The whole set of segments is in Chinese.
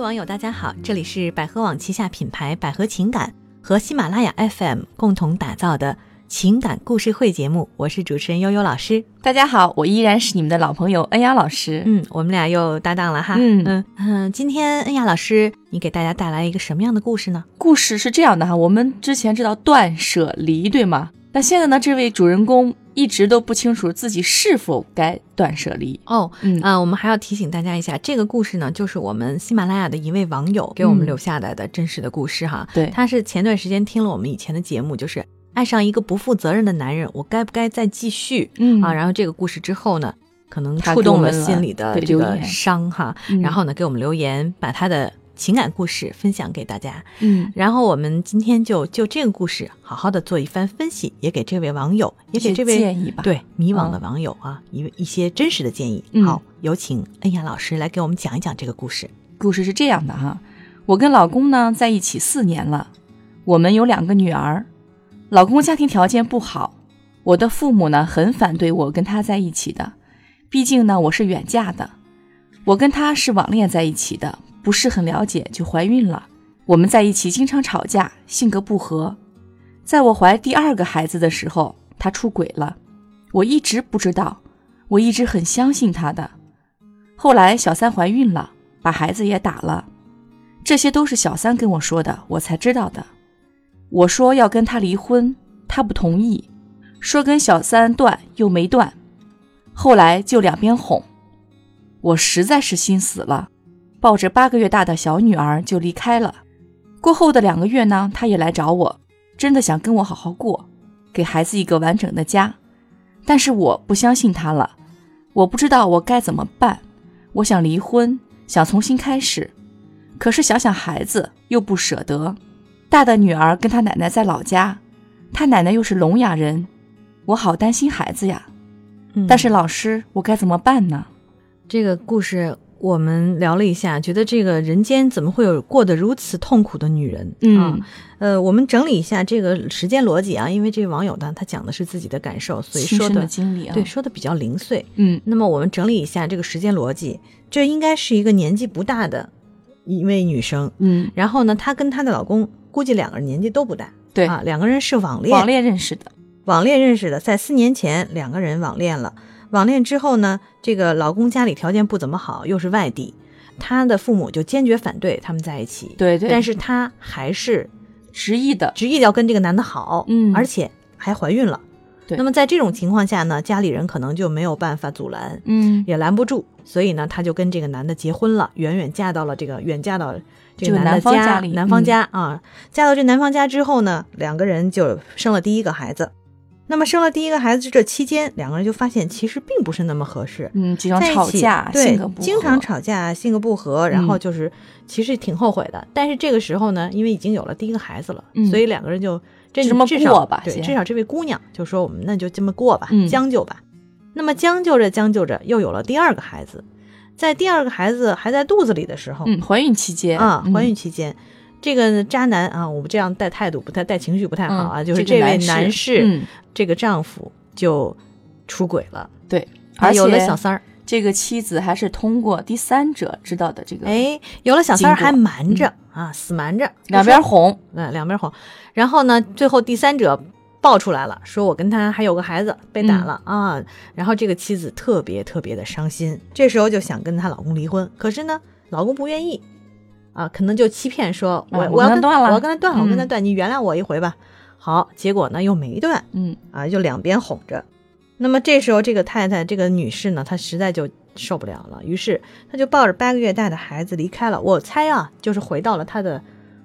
网友大家好，这里是百合网旗下品牌百合情感和喜马拉雅 FM 共同打造的情感故事会节目，我是主持人悠悠老师。大家好，我依然是你们的老朋友恩雅老师。嗯，我们俩又搭档了哈。嗯嗯嗯，今天恩雅老师，你给大家带来一个什么样的故事呢？故事是这样的哈，我们之前知道断舍离，对吗？那现在呢，这位主人公一直都不清楚自己是否该断舍离。哦，嗯啊、我们还要提醒大家一下，这个故事呢，就是我们喜马拉雅的一位网友给我们嗯留下来的真实的故事哈。对，他是前段时间听了我们以前的节目，就是爱上一个不负责任的男人，我该不该再继续、嗯啊？然后这个故事之后呢，可能他触动给我们了心里的对这留个言伤哈，嗯然后呢给我们留言，把他的情感故事分享给大家。嗯，然后我们今天就就这个故事好好的做一番分析，也给这位网友，也一给些这位建议吧。，对迷惘嗯的网友啊，一一些真实的建议。嗯好，有请恩雅老师来给我们讲一讲这个故事。故事是这样的哈，我跟老公呢在一起四年了，我们有两个女儿，老公家庭条件不好，我的父母呢很反对我跟他在一起的，毕竟呢我是远嫁的，我跟他是网恋在一起的，不是很了解就怀孕了，我们在一起经常吵架，性格不合，在我怀第二个孩子的时候，他出轨了，我一直不知道，我一直很相信他的，后来小三怀孕了。把孩子也打了，这些都是小三跟我说的，我才知道的。我说要跟他离婚，他不同意，说跟小三断又没断，后来就两边哄。我实在是心死了，抱着八个月大的小女儿就离开了。过后的两个月呢，他也来找我，真的想跟我好好过，给孩子一个完整的家。但是我不相信他了，我不知道我该怎么办。我想离婚，想重新开始，可是想想孩子又不舍得。大的女儿跟她奶奶在老家，她奶奶又是聋哑人，我好担心孩子呀。嗯但是老师，我该怎么办呢？这个故事我们聊了一下，觉得这个人间怎么会有过得如此痛苦的女人？啊嗯，呃，我们整理一下这个时间逻辑啊，因为这个网友呢，他讲的是自己的感受，所以亲说身的的经历啊，对，说的比较零碎。嗯那么我们整理一下这个时间逻辑，这应该是一个年纪不大的一位女生，嗯，然后呢，她跟她的老公估计两个人年纪都不大，对，啊，两个人是网恋，网恋认识的，网恋认识的，在四年前两个人网恋了。网恋之后呢，这个老公家里条件不怎么好，又是外地，她的父母就坚决反对他们在一起。对对，但是是她还是执意的，执意要跟这个男的好，嗯而且还怀孕了。对那么在这种情况下呢，家里人可能就没有办法阻拦，嗯，也拦不住，所以呢，她就跟这个男的结婚了，远远嫁到了这个远嫁到这这个个男的男方家，家里男方嗯家啊，嫁到这男方家之后呢，两个人就生了第一个孩子。那么生了第一个孩子这期间，两个人就发现其实并不是那么合适，嗯，经常在一吵起架，对性格，不经合常，吵架，性格不合，然后嗯就是其实挺后悔的。但是这个时候呢，因为已经有了第一个孩子了，嗯所以两个人就这这么至少过吧对，先至少这位姑娘就说我们那就这么过吧，嗯将就吧。那么将就着将就着，又有了第二个孩子，在第二个孩子还在肚子里的时候，嗯，怀孕期间啊，怀孕嗯期间，这个渣男啊，我们这样带态度不太带情绪不太好啊，嗯就是这个位男士男士，嗯这个丈夫就出轨了，对，啊而有了且小三儿。这个妻子还是通过第三者知道的这个，，哎，有了小三儿经过还瞒着、啊，死瞒着，嗯两边哄，哄，嗯，两边哄。然后呢，最后第三者爆出来了，说我跟他还有个孩子被打了、嗯啊。然后这个妻子特别特别的伤心，这时候就想跟她老公离婚，可是呢，老公不愿意啊，可能就欺骗说我、啊我我要跟他跟断了我要跟他断了，我跟他嗯断，你原谅我一回吧。好，结果呢又没断，嗯，啊，就两边哄着。那么这时候，这个太太，这个女士呢，她实在就受不了了，于是她就抱着八个月大的孩子离开了。我猜啊，就是回到了她的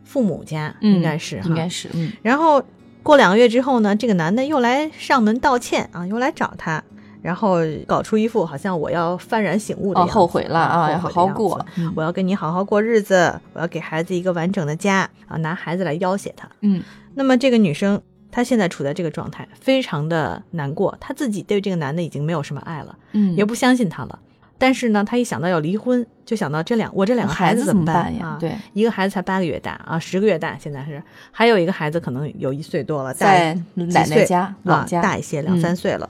父母家，嗯应该是哈应该是，嗯然后过两个月之后呢，这个男的又来上门道歉啊，又来找她，然后搞出一副好像我要幡然醒悟的哦，样子、后悔了啊，要后悔的好好样子过。，嗯我要跟你好好过日子，我要给孩子一个完整的家啊，拿孩子来要挟他。嗯那么这个女生她现在处在这个状态，非常的难过，她自己对这个男的已经没有什么爱了，嗯，也不相信他了。但是呢，她一想到要离婚，就想到这两我这两个孩子怎么么办呀啊？？，对，一个孩子才八个月大啊，十个月大现在是，还有一个孩子可能有一岁多了，大在奶几奶岁家老啊家，大一些，两嗯三岁了。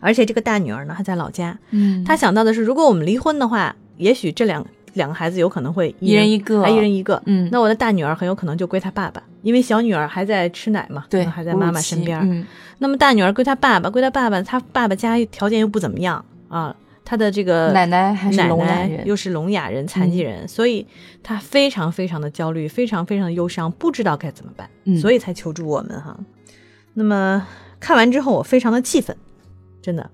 而且这个大女儿呢还在老家，嗯，她想到的是，如果我们离婚的话，也许这两两个孩子有可能会一人一个哎一人一个。嗯那我的大女儿很有可能就归她爸爸，因为小女儿还在吃奶嘛，对，还在哺乳妈妈期身边。嗯，那么大女儿归她爸爸，归她爸爸，她爸爸家条件又不怎么样啊，她的这个奶奶还是奶聋哑奶人，嗯又是聋哑人、残疾人，所以她非常非常的焦虑，非常非常的忧伤，不知道该怎么办，嗯所以才求助我们哈。那么看完之后，我非常的气愤，真的，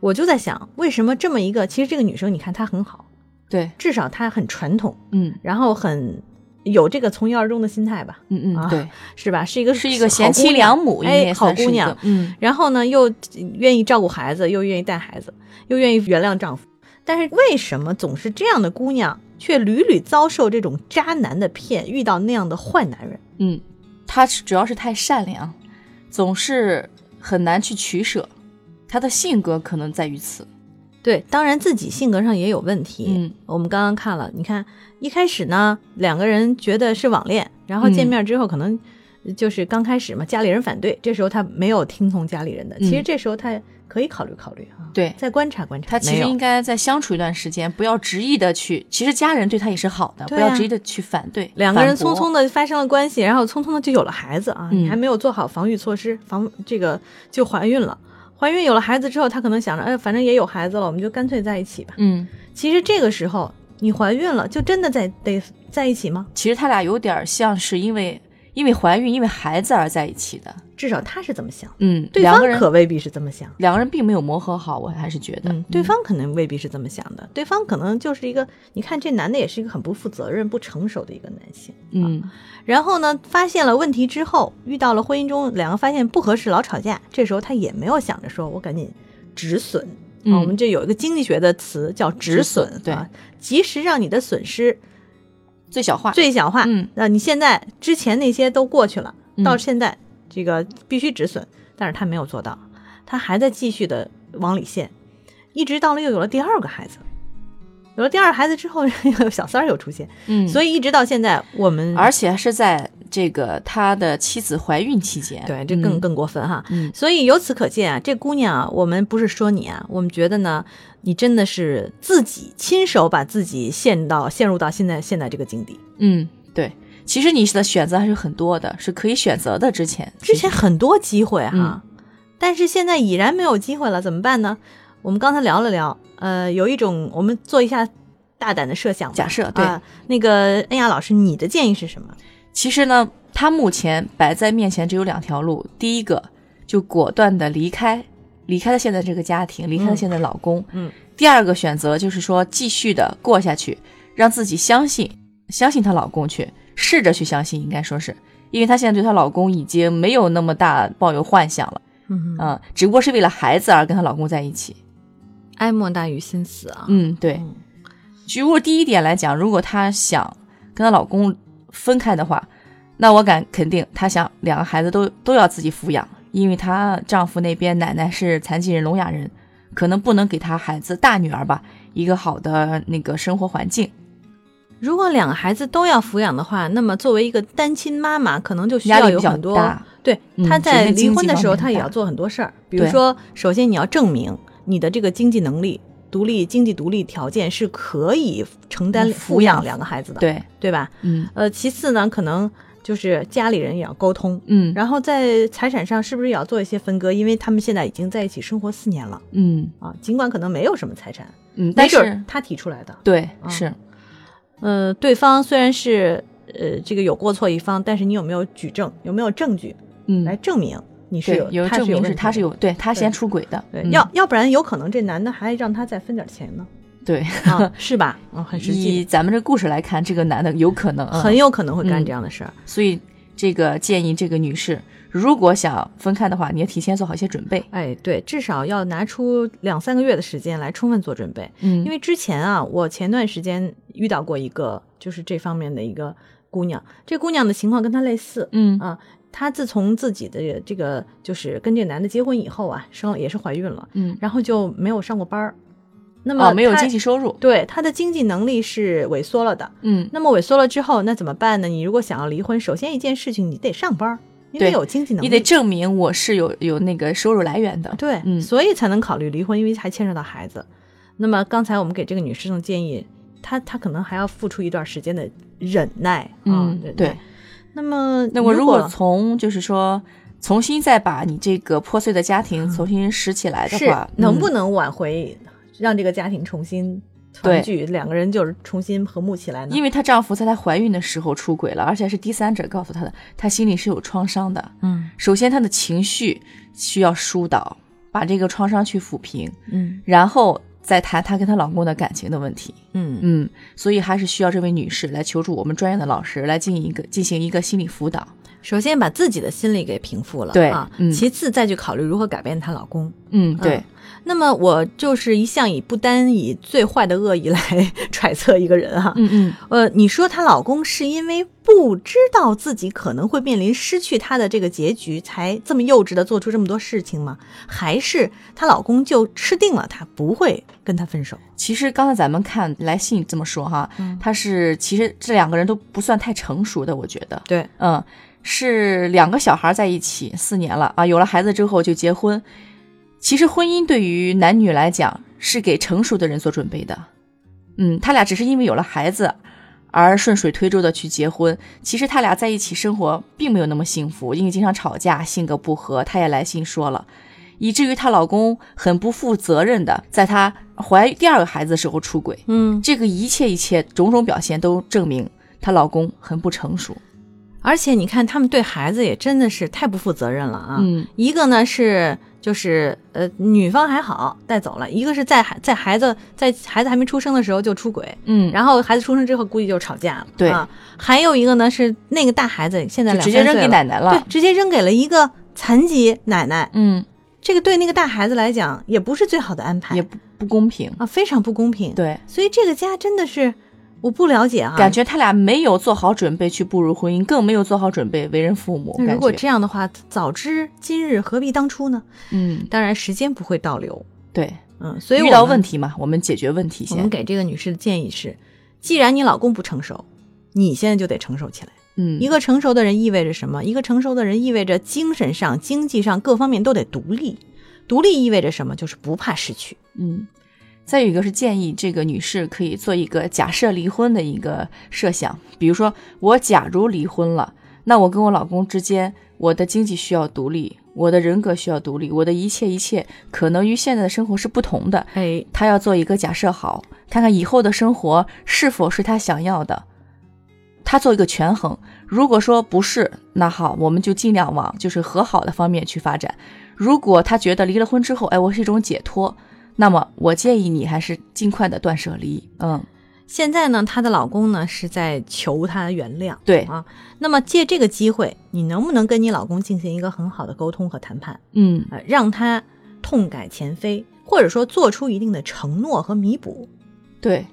我就在想，为什么这么一个，其实这个女生，你看她很好，对，至少她很传统，嗯然后很有这个从一而终的心态吧，嗯嗯，啊对，是吧？是一个是一个好贤姑妻娘良母，应哎该好算是姑一娘个，嗯，然后呢，又愿意照顾孩子，又愿意带孩子，又愿意原谅丈夫。但是为什么总是这样的姑娘，却屡屡遭受这种渣男的骗，遇到那样的坏男人？嗯，他是主要是太善良，总是很难去取舍，他的性格可能在于此。对，当然自己性格上也有问题。嗯，我们刚刚看了，你看一开始呢，两个人觉得是网恋，然嗯后见面之后可能就是刚开始嘛，家里人反对，这时候他没有听从家里人的，其实嗯这时候他可以考虑考虑啊，对再观察观察。他其没实有应该在相处一段时间，不要执意的去，其实家人对他也是好的，对不要啊执意的去反对。两个人反驳匆匆的发生了关系，然后匆匆的就有了孩子啊，嗯你还没有做好防御措施，防这个就怀孕了。怀孕有了孩子之后，她可能想着，哎，反正也有孩子了，我们就干脆在一起吧。嗯，其实这个时候，你怀孕了，就真的在得在一起吗？其实他俩有点像是因为因为怀孕、因为孩子而在一起的。至少她是这么想，嗯，对两方个人可未必是这么想。两个人并没有磨合好，我还是觉得，嗯，对方可能未必是这么想的，对方可能就是一个，你看这男的也是一个很不负责任、不成熟的一个男性。啊嗯然后呢，发现了问题之后，遇到了婚姻中两个发现不合适，老吵架，这时候他也没有想着说我赶紧止损。嗯啊，我们这有一个经济学的词叫止损，止损对啊，及时让你的损失最小化，最小化。嗯，那你现在之前那些都过去了，嗯到现在这个必须止损，但是他没有做到，他还在继续的往里陷，一直到了又有了第二个孩子，有了第二个孩子之后， 小三儿又出现，嗯，所以一直到现在我们而且是在这个他的妻子怀孕期间，对，这更嗯更过分哈。嗯所以由此可见啊，这姑娘啊，我们不是说你啊，我们觉得呢，你真的是自己亲手把自己陷到陷入到现在现在这个境地。嗯，对，其实你的选择还是很多的，是可以选择的。之前，之其实前很多机会嗯哈，但是现在已然没有机会了，怎么办呢？我们刚才聊了聊，呃，有一种我们做一下大胆的设想吧，假设对啊那个恩雅老师，你的建议是什么？其实呢，他目前摆在面前只有两条路，第一个就果断的离开，离开了现在这个家庭，离开了嗯现在老公。嗯第二个选择就是说继续的过下去，让自己相信，相信她老公去，试着去相信，应该说是，因为她现在对她老公已经没有那么大抱有幻想了，嗯，嗯，只不过是为了孩子而跟她老公在一起。哀莫大于心死啊。嗯，对。嗯如果第一点来讲，如果她想跟她老公分开的话，那我敢肯定，她想两个孩子都都要自己抚养，因为她丈夫那边奶奶是残疾人、聋哑人，可能不能给她孩子大女儿吧一个好的那个生活环境，如果两个孩子都要抚养的话，那么作为一个单亲妈妈，可能就需压要力比有较很多。大。对，嗯她在首先离婚的时候，经济方面很大她也要做很多事儿，比如对说，首先你要证明你的这个经济能力、独立经济独立条件是可以承担嗯抚抚养养两个孩子的，对，对吧？嗯呃，其次呢，可能就是家里人也要沟通，嗯然后在财产上是不是也要做一些分割？因为他们现在已经在一起生活四年了嗯啊，尽管可能没有什么财产，嗯，但没准儿是他提出来的，对啊是呃，对方虽然是呃这个有过错一方，但是你有没有举证，有没有证据嗯来证明你是对有，有他证明问是题他的是有，对他先对出轨的，对，嗯要要不然有可能这男的还让他再分点钱呢，对。啊，是吧？嗯，很实以际，咱们这故事来看，这个男的有可能、嗯、很有可能会干嗯这样的事儿。所以这个建议这个女士，如果想分开的话，你要提前做好一些准备。哎，对，至少要拿出两三个月的时间来充分做准备，嗯因为之前啊，我前段时间遇到过一个就是这方面的一个姑娘，这姑娘的情况跟她类似，嗯啊，她自从自己的这个就是跟这个男的结婚以后啊，生了也是怀孕了，嗯，然后就没有上过班儿，那么、哦，没有经济，收入。对她的经济能力是萎缩了的。嗯，那么萎缩了之后，那怎么办呢？你如果想要离婚，首先一件事情，你得上班儿，你得对有经济能力，你得证明我是有有那个收入来源的。对，嗯所以才能考虑离婚，因为还牵扯到孩子。那么刚才我们给这个女生的建议，她她可能还要付出一段时间的忍耐啊、嗯忍耐，对。那么，那我如果从就是说重新再把你这个破碎的家庭重新拾起来的嗯是话，能不嗯能挽回，让这个家庭重新对团聚，两个人就是重新和睦起来呢？因为为她丈夫在她怀孕的时候出轨了，而且还是第三者告诉她的，她心里是有创伤的。嗯首先，她的情绪需要疏导，把这个创伤去抚平，嗯然后再谈她跟她老公的感情的问题。嗯嗯，所以还是需要这位女士来求助我们专业的老师来进行一个进行一个心理辅导。首先把自己的心理给平复了，对啊，嗯其次再去考虑如何改变她老公。嗯，对，那么我就是一向以不单以最坏的恶意来揣测一个人哈、嗯嗯，呃，你说她老公是因为不知道自己可能会面临失去她的这个结局，才这么幼稚的做出这么多事情吗？还是她老公就吃定了她不会跟她分手？其实刚才咱们看来信这么说哈，他是其实这两个人都不算太成熟的，我觉得，对，嗯，是两个小孩在一起四年了啊，有了孩子之后就结婚。其实婚姻对于男女来讲是给成熟的人做准备的，嗯，他俩只是因为有了孩子而顺水推舟的去结婚。其实他俩在一起生活并没有那么幸福，因为经常吵架，性格不合。她也来信说了，以至于她老公很不负责任的，在她怀第二个孩子的时候出轨。嗯，这个一切一切种种表现都证明她老公很不成熟。而且你看他们对孩子也真的是太不负责任了啊。嗯，一个呢是就是呃女方还好带走了，一个是在孩在孩子在孩子还没出生的时候就出轨，嗯，然后孩子出生之后估计就吵架了。对啊，还有一个呢是那个大孩子现在就两直接三扔岁给了奶奶了。对，直接扔给了一个残疾奶奶。嗯，这个对那个大孩子来讲也不是最好的安排，也不不公平。哎啊非常不公平。，对，所以这个家真的是我不了解啊，感觉他俩没有做好准备去步入婚姻，更没有做好准备为人父母。那感如果觉这样的话，早知今日何必当初呢？嗯，当然，时间不会倒流。对，嗯，所以遇到我们问题嘛，我们解决问题我们先。给这个女士的建议是：既然你老公不成熟，你现在就得成熟起来。嗯，一个成熟的人意味着什么？一个成熟的人意味着精神上、经济上各方面都得独立。独立意味着什么？就是不怕失去。嗯，再有一个是建议这个女士可以做一个假设离婚的一个设想，比如说我假如离婚了，那我跟我老公之间，我的经济需要独立，我的人格需要独立，我的一切一切可能与现在的生活是不同的。哎，她要做一个假设好，看看以后的生活是否是她想要的。她做一个权衡，如果说不是，那好，我们就尽量往就是和好的方面去发展。如果她觉得离了婚之后，哎，我是一种解脱，那么我建议你还是尽快的断舍离。嗯，现在呢，她的老公呢是在求她原谅。对，啊，那么借这个机会，你能不能跟你老公进行一个很好的沟通和谈判？嗯呃，让他痛改前非，或者说做出一定的承诺和弥补。对，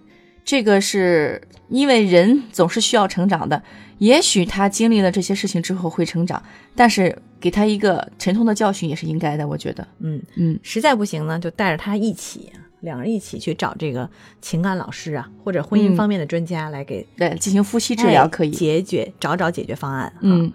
这个是因为人总是需要成长的。也许他经历了这些事情之后会成长，但是给他一个沉痛的教训也是应该的，我觉得。嗯，嗯，实在不行呢，就带着他一起，两人一起去找这个情感老师啊，或者婚姻嗯方面的专家来给对，进行夫妻治疗哎可以。解决找找解决方案。啊嗯，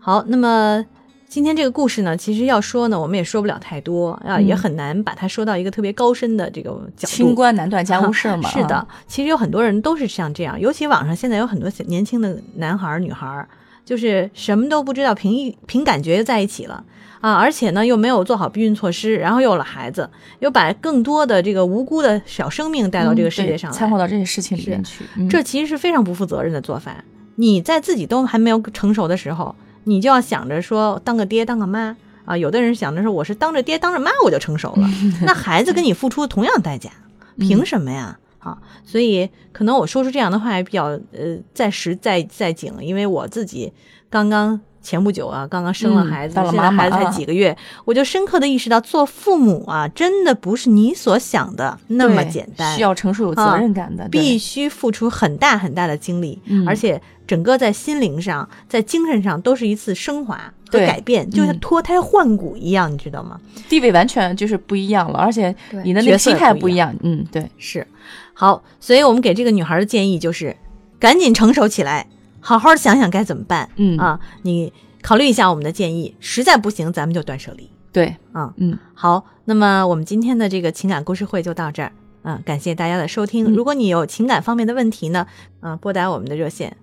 好，那么今天这个故事呢，其实要说呢，我们也说不了太多啊，嗯也很难把它说到一个特别高深的这个角度。清官难断家务事 嘛。是的啊，，其实有很多人都是像这样，尤其网上现在有很多小年轻的男孩儿、女孩儿，就是什么都不知道，凭一凭感觉就在一起了啊，而且呢又没有做好避孕措施，然后又有了孩子，又把更多的这个无辜的小生命带到这个世界上嗯来，对掺和到这些事情里是面去。嗯这其实是非常不负责任的做法。你在自己都还没有成熟的时候，你就要想着说当个爹当个妈啊。有的人想着说我是当着爹当着妈我就成熟 了，那孩子跟你付出同样代价，嗯凭什么呀？啊，所以可能我说出这样的话也比较呃在时在在景，因为我自己刚刚前不久啊，刚刚生了嗯孩子，当了现在妈妈孩子才啊几个月，我就深刻的意识到，做父母啊，真的不是你所想的那么对简单，啊需要承受有责任感的。对必须付出很大很大的精力，嗯而且整个在心灵上、在精神上都是一次升华和对改变，就像嗯脱胎换骨一样，你知道吗？地位完全就是不一样了，而且对你的那个角色心也态不不一一样。嗯，对，是，好，所以我们给这个女孩的建议就是，赶紧成熟起来，好好想想该怎么办、嗯啊！你考虑一下我们的建议，实在不行咱们就断舍离对，啊。嗯，好，那么我们今天的这个情感故事会就到这儿，啊，感谢大家的收嗯听。如果你有情感方面的问题呢，啊，拨打我们的热线。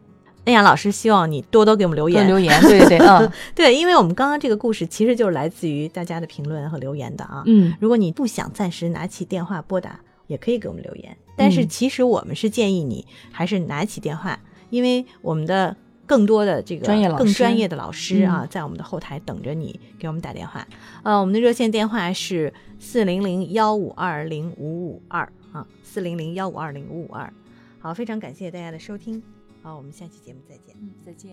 恩雅老师希望你多多给我们留多言，留言，对 对对，嗯对，因为我们刚刚这个故事其实就是来自于大家的评论和留言的啊。嗯，如果你不想暂时拿起电话拨打，也可以给我们留言。但是嗯其实我们是建议你还是拿起电话，因为我们的更多的这个专业老师嗯更专业的老师啊，在我们的后台等着你给我们打电话。呃，我们的热线电话是四零零幺五二零五五二啊，四零零幺五二零五五二。好，非常感谢大家的收听，好，我们下期节目再见。嗯，再见。